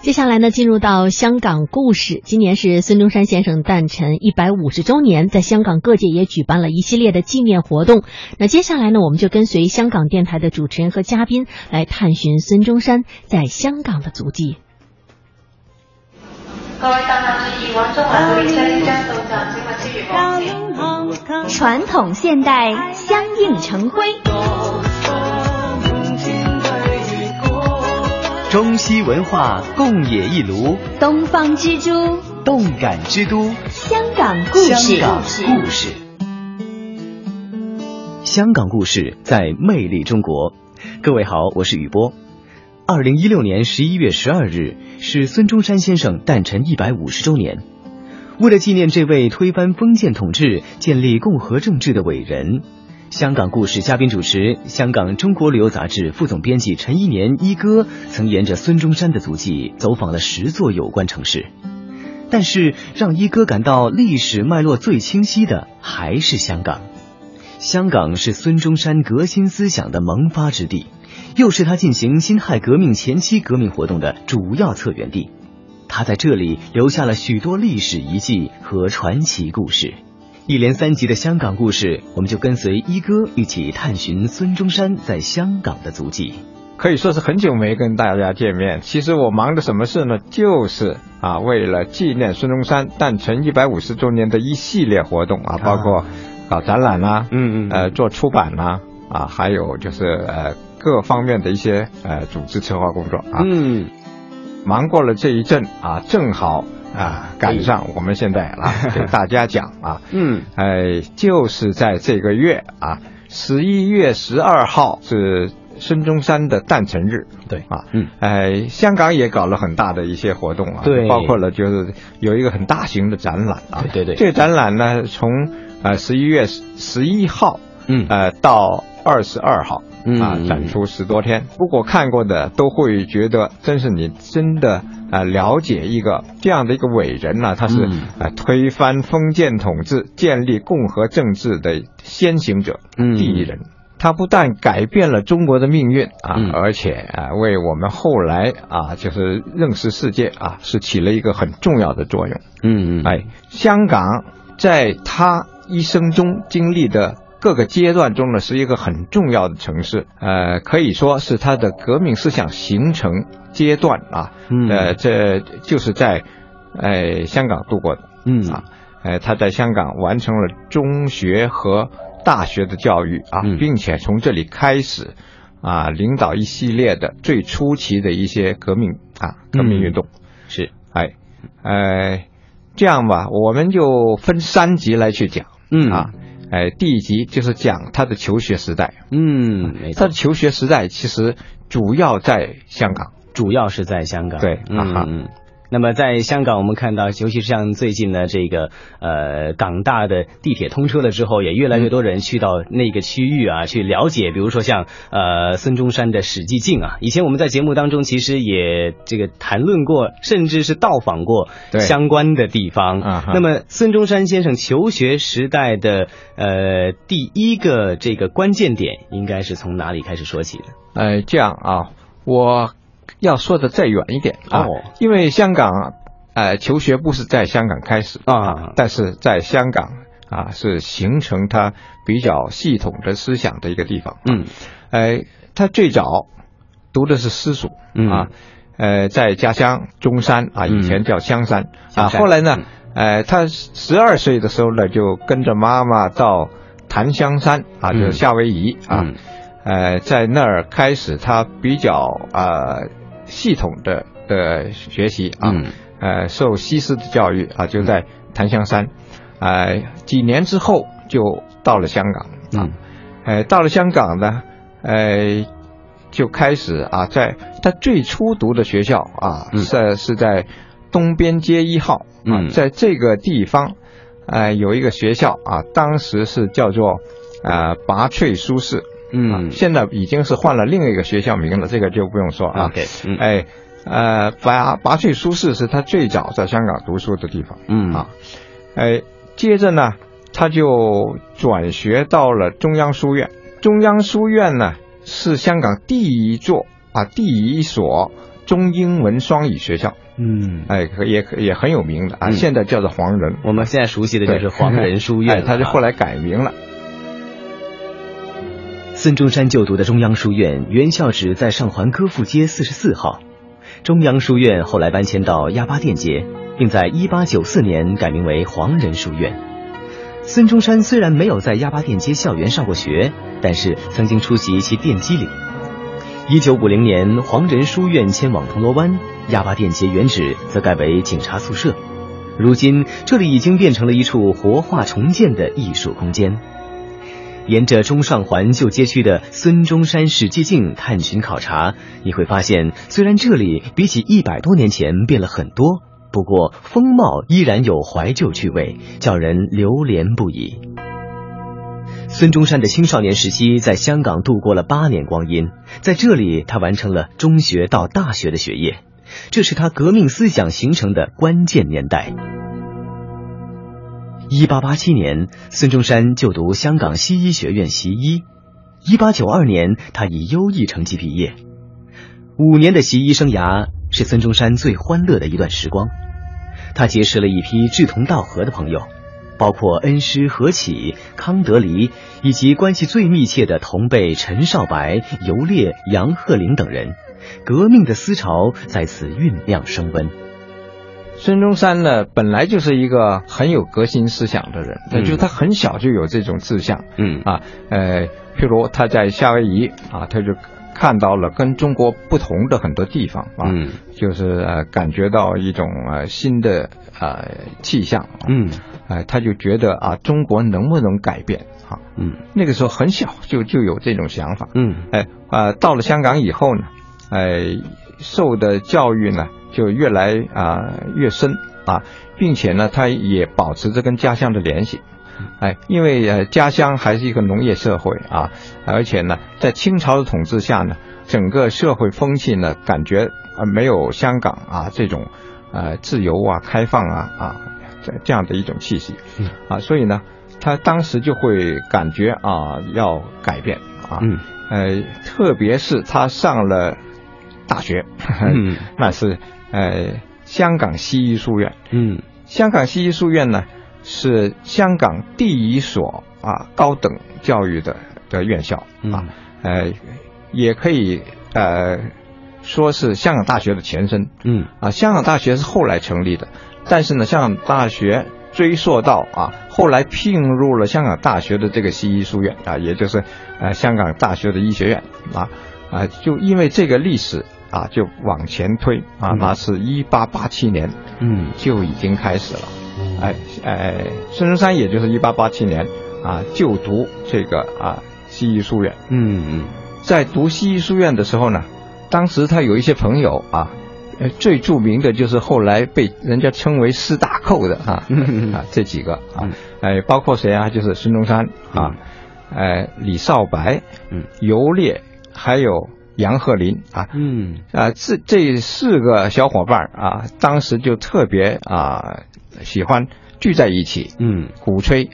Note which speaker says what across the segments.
Speaker 1: 接下来呢，进入到香港故事。今年是孙中山先生诞辰一百五十周年，在香港各界也举办了一系列的纪念活动。那接下来呢，我们就跟随香港电台的主持人和嘉宾来探寻孙中山在香港的足迹。
Speaker 2: 各位乘客注意，往中環會車即將到站，請勿超越
Speaker 1: 哦
Speaker 2: 黃線。
Speaker 3: 传统现代相映成辉，
Speaker 4: 中西文化共冶一炉，
Speaker 3: 东方之珠，
Speaker 4: 动感之都，
Speaker 3: 香港故
Speaker 4: 香
Speaker 3: 事。
Speaker 4: 港故事。香港故事在魅力中国。各位好，我是雨波。二零一六年十一月十二日是孙中山先生诞辰一百五十周年。为了纪念这位推翻封建统治、建立共和政治的伟人，香港故事嘉宾主持、香港《中国旅游杂志》副总编辑陈一年一哥曾沿着孙中山的足迹走访了十座有关城市。但是让一哥感到历史脉络最清晰的还是香港。香港是孙中山革新思想的萌发之地，又是他进行辛亥革命前期革命活动的主要策源地。他在这里留下了许多历史遗迹和传奇故事。一连三集的香港故事，我们就跟随一哥一起探寻孙中山在香港的足迹。
Speaker 5: 可以说是很久没跟大家见面。其实我忙的什么事呢？就是啊，为了纪念孙中山诞辰一百五十周年的一系列活动啊，包括搞展览啦、
Speaker 4: 嗯
Speaker 5: 呃，做出版啦、啊，还有就是呃各方面的一些呃组织策划工作啊。
Speaker 4: 嗯，
Speaker 5: 忙过了这一阵啊，正好啊
Speaker 4: 哎
Speaker 5: 赶上我们现 在啊给大家讲啊，
Speaker 4: 嗯，
Speaker 5: 哎，就是在这个月啊，十一月十二号是孙中山的诞辰日。
Speaker 4: 对
Speaker 5: 啊，
Speaker 4: 嗯，
Speaker 5: 哎，香港也搞了很大的一些活动啊，
Speaker 4: 对
Speaker 5: 包括了就是有一个很大型的展览啊，
Speaker 4: 对对对
Speaker 5: 这个展览呢，从呃十一月十一号，
Speaker 4: 嗯
Speaker 5: 呃到二十二号。
Speaker 4: 嗯
Speaker 5: 啊
Speaker 4: 嗯，
Speaker 5: 展出十多天，如果看过的都会觉得，真是你真的啊、呃了解一个这样的一个伟人呢、他是啊
Speaker 4: 嗯、
Speaker 5: 呃推翻封建统治、建立共和政治的先行者、
Speaker 4: 嗯
Speaker 5: 第一人。他不但改变了中国的命运啊，
Speaker 4: 嗯
Speaker 5: 而且啊，为我们后来啊，就是认识世界啊，是起了一个很重要的作用。
Speaker 4: 嗯，
Speaker 5: 哎，香港在他一生中经历的各个阶段中呢，是一个很重要的城市，呃，可以说是他的革命思想形成阶段啊，
Speaker 4: 嗯
Speaker 5: 呃，这就是在，哎、香港度过的。
Speaker 4: 嗯
Speaker 5: 啊，呃，他在香港完成了中学和大学的教育啊，
Speaker 4: 嗯
Speaker 5: 并且从这里开始啊，领导一系列的最初期的一些革命啊，
Speaker 4: 嗯
Speaker 5: 革命运动。
Speaker 4: 是，
Speaker 5: 哎，呃，这样吧，我们就分三集来去讲。
Speaker 4: 嗯
Speaker 5: 啊，哎，第一集就是讲他的求学时代。
Speaker 4: 嗯，没
Speaker 5: 他
Speaker 4: 错
Speaker 5: 的，求学时代其实主要在香港。
Speaker 6: 主要是在香港。
Speaker 5: 对啊
Speaker 6: 嗯
Speaker 5: 哈
Speaker 6: 嗯。那么在香港，我们看到，尤其是像最近的这个呃港大的地铁通车了之后，也越来越多人去到那个区域啊，去了解，比如说像呃孙中山的史迹径啊。以前我们在节目当中其实也这个谈论过，甚至是到访过
Speaker 5: 对
Speaker 6: 相关的地方。
Speaker 5: 啊哈
Speaker 6: 那么孙中山先生求学时代的呃第一个这个关键点，应该是从哪里开始说起呢？
Speaker 5: 呃，这样啊，我要说的再远一点啊，
Speaker 6: 哦
Speaker 5: 因为香港，呃，求学不是在香港开始的
Speaker 6: 啊
Speaker 5: 但是在香港啊是形成他比较系统的思想的一个地方。
Speaker 6: 嗯，
Speaker 5: 呃，他最早读的是私塾、
Speaker 6: 嗯
Speaker 5: 啊，呃，在家乡中山啊，以前叫香山、啊，
Speaker 6: 香山嗯
Speaker 5: 后来呢，呃，他十二岁的时候呢，就跟着妈妈到檀香山啊，就是夏威夷啊。
Speaker 6: 嗯
Speaker 5: 呃，在那儿开始他比较呃系统的的学习啊，
Speaker 6: 嗯
Speaker 5: 呃，受西式的教育啊，就在檀香山，呃，几年之后就到了香
Speaker 6: 嗯
Speaker 5: 港啊，呃，到了香港呢，呃，就开始啊，在他最初读的学校啊，
Speaker 6: 嗯
Speaker 5: 是是在东边街一号啊，
Speaker 6: 嗯
Speaker 5: 在这个地方，呃，有一个学校啊，当时是叫做呃拔萃书室。
Speaker 6: 嗯
Speaker 5: 啊，现在已经是换了另一个学校名了，这个就不用说啊。
Speaker 6: ，OK，嗯
Speaker 5: 哎，呃，拔拔萃书室是他最早在香港读书的地方
Speaker 6: 嗯
Speaker 5: 啊。哎，接着呢，他就转学到了中央书院。中央书院呢是香港第一座啊第一所中英文双语学校，
Speaker 6: 嗯，
Speaker 5: 哎，可也可也很有名的啊，
Speaker 6: 嗯
Speaker 5: 现在叫做黄仁，
Speaker 6: 我们现在熟悉的就
Speaker 5: 对
Speaker 6: 是黄仁书院
Speaker 5: 哎
Speaker 6: 了
Speaker 5: 它是
Speaker 6: 啊
Speaker 5: 后来改名了。
Speaker 4: 孙中山就读的中央书院原校址在上环歌赋街四十四号，中央书院后来搬迁到鸭巴甸街，并在一八九四年改名为黄仁书院。孙中山虽然没有在鸭巴甸街校园上过学，但是曾经出席其奠基礼。一九五零年，黄仁书院迁往铜锣湾，鸭巴甸街原址则改为警察宿舍。如今，这里已经变成了一处活化重建的艺术空间。沿着中上环旧街区的孙中山史迹径探寻考察，你会发现，虽然这里比起一百多年前变了很多，不过风貌依然有怀旧趣味，叫人流连不已。孙中山的青少年时期在香港度过了八年光阴，在这里他完成了中学到大学的学业，这是他革命思想形成的关键年代。一八八七年，孙中山就读香港西医学院习医。一八九二年，他以优异成绩毕业。五年的习医生涯是孙中山最欢乐的一段时光。他结识了一批志同道合的朋友，包括恩师何启、康德黎，以及关系最密切的同辈陈少白、游猎、杨鹤龄等人。革命的思潮在此酝酿升温。
Speaker 5: 孙中山呢，本来就是一个很有革新思想的人，
Speaker 6: 嗯
Speaker 5: 就是他很小就有这种志向
Speaker 6: 嗯
Speaker 5: 啊。呃，譬如他在夏威夷啊，他就看到了跟中国不同的很多地方啊，
Speaker 6: 嗯
Speaker 5: 就是呃感觉到一种呃新的呃气象、啊，，
Speaker 6: 嗯
Speaker 5: 呃，他就觉得啊，中国能不能改变啊？
Speaker 6: 嗯
Speaker 5: 那个时候很小就就有这种想法，
Speaker 6: 嗯
Speaker 5: 哎啊、到了香港以后呢，哎，受的教育呢就越来啊、越深啊，并且呢，他也保持着跟家乡的联系。哎，因为呃家乡还是一个农业社会啊，而且呢，在清朝的统治下呢，整个社会风气呢，感觉呃没有香港啊这种呃自由啊、开放啊啊这这样的一种气息
Speaker 6: 嗯，
Speaker 5: 啊，所以呢，他当时就会感觉啊要改变啊，
Speaker 6: 嗯
Speaker 5: 呃，特别是他上了大学，
Speaker 6: 嗯
Speaker 5: 那是呃香港西医书院。
Speaker 6: 嗯
Speaker 5: 香港西医书院呢是香港第一所啊高等教育的的院校
Speaker 4: 嗯
Speaker 5: 啊，呃，也可以呃说是香港大学的前身
Speaker 6: 嗯
Speaker 5: 啊。香港大学是后来成立的，但是呢，香港大学追溯到啊，后来并入了香港大学的这个西医书院啊，也就是呃香港大学的医学院啊啊，就因为这个历史啊，就往前推啊，
Speaker 6: 嗯
Speaker 5: 那是一八八七年
Speaker 6: 嗯
Speaker 5: 就已经开始了。
Speaker 6: 嗯
Speaker 5: 哎哎，孙中山也就是一八八七年啊就读这个啊西医书院，
Speaker 6: 嗯
Speaker 5: 在读西医书院的时候呢，当时他有一些朋友啊，呃最著名的就是后来被人家称为四大寇的啊
Speaker 6: 嗯
Speaker 5: 啊这几个啊
Speaker 6: 嗯，
Speaker 5: 哎包括谁啊，就是孙中山啊，哎李少白，
Speaker 6: 嗯，
Speaker 5: 游猎，还有杨鹤龄啊，
Speaker 6: 嗯
Speaker 5: 啊，这这四个小伙伴儿啊，当时就特别啊喜欢聚在一起，
Speaker 6: 嗯
Speaker 5: 鼓吹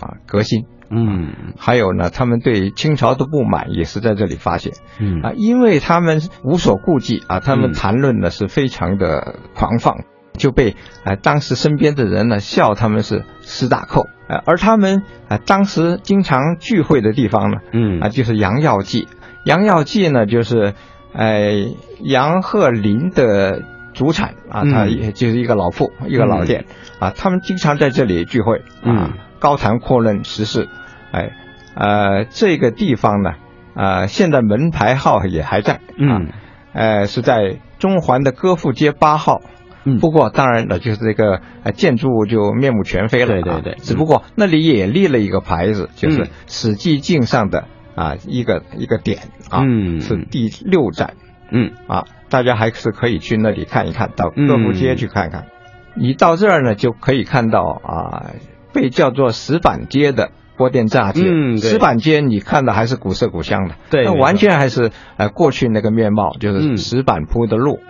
Speaker 5: 啊革新。
Speaker 6: 嗯
Speaker 5: 还有呢，他们对清朝的不满也是在这里发泄
Speaker 6: 嗯
Speaker 5: 啊，因为他们无所顾忌啊，他
Speaker 6: 嗯
Speaker 5: 们谈论呢是非常的狂放，就被啊当时身边的人呢笑他们是师大寇，啊而他们啊当时经常聚会的地方呢，
Speaker 6: 嗯
Speaker 5: 啊，就是杨耀记。杨耀记呢，就是，呃，杨鹤林的祖产啊，
Speaker 6: 嗯
Speaker 5: 他也就是一个老铺，一个老店、啊，他们经常在这里聚会啊，
Speaker 6: 嗯
Speaker 5: 高谈阔论时事，哎，呃，这个地方呢，呃，现在门牌号也还在，啊，
Speaker 6: 嗯
Speaker 5: 呃，是在中环的歌赋街八号。
Speaker 6: 嗯
Speaker 5: 不过当然了，就是这个呃建筑物就面目全非
Speaker 6: 对
Speaker 5: 了、啊。
Speaker 6: 对对
Speaker 5: 只不过那里也立了一个牌子，就
Speaker 6: 嗯
Speaker 5: 是史记镜上的啊一个一个点啊，
Speaker 6: 嗯
Speaker 5: 是第六站
Speaker 6: 嗯
Speaker 5: 啊，大家还是可以去那里看一看，到
Speaker 6: 嗯
Speaker 5: 歌赋街去看看。你到这儿呢，就可以看到啊，被叫做石板街的。波店炸街，
Speaker 6: 嗯对
Speaker 5: 石板街你看的还是古色古香的，
Speaker 6: 对
Speaker 5: 那
Speaker 6: 没错
Speaker 5: 完全还是呃过去那个面貌，就
Speaker 6: 嗯
Speaker 5: 是石板铺的路，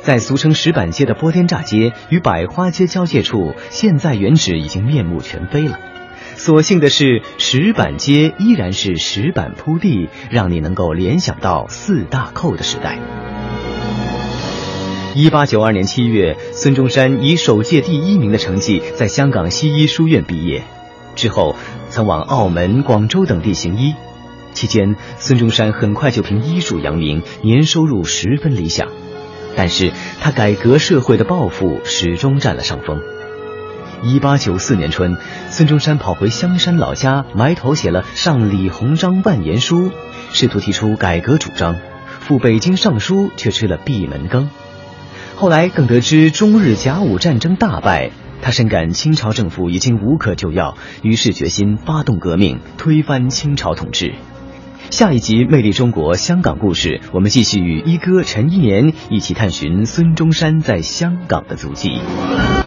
Speaker 4: 在俗称石板街的波颠乍街与百花街交界处，现在原址已经面目全非了。所幸的是，石板街依然是石板铺地，让你能够联想到四大寇的时代。一八九二年七月，孙中山以首届第一名的成绩在香港西医书院毕业，之后曾往澳门、广州等地行医。期间，孙中山很快就凭医术扬名，年收入十分理想。但是他改革社会的抱负始终占了上风。一八九四年春，孙中山跑回香山老家，埋头写了《上李鸿章万言书》，试图提出改革主张，赴北京上书却吃了闭门羹。后来更得知中日甲午战争大败，他深感清朝政府已经无可救药，于是决心发动革命，推翻清朝统治。下一集《魅力中国》香港故事，我们继续与一哥陈一年一起探寻孙中山在香港的足迹。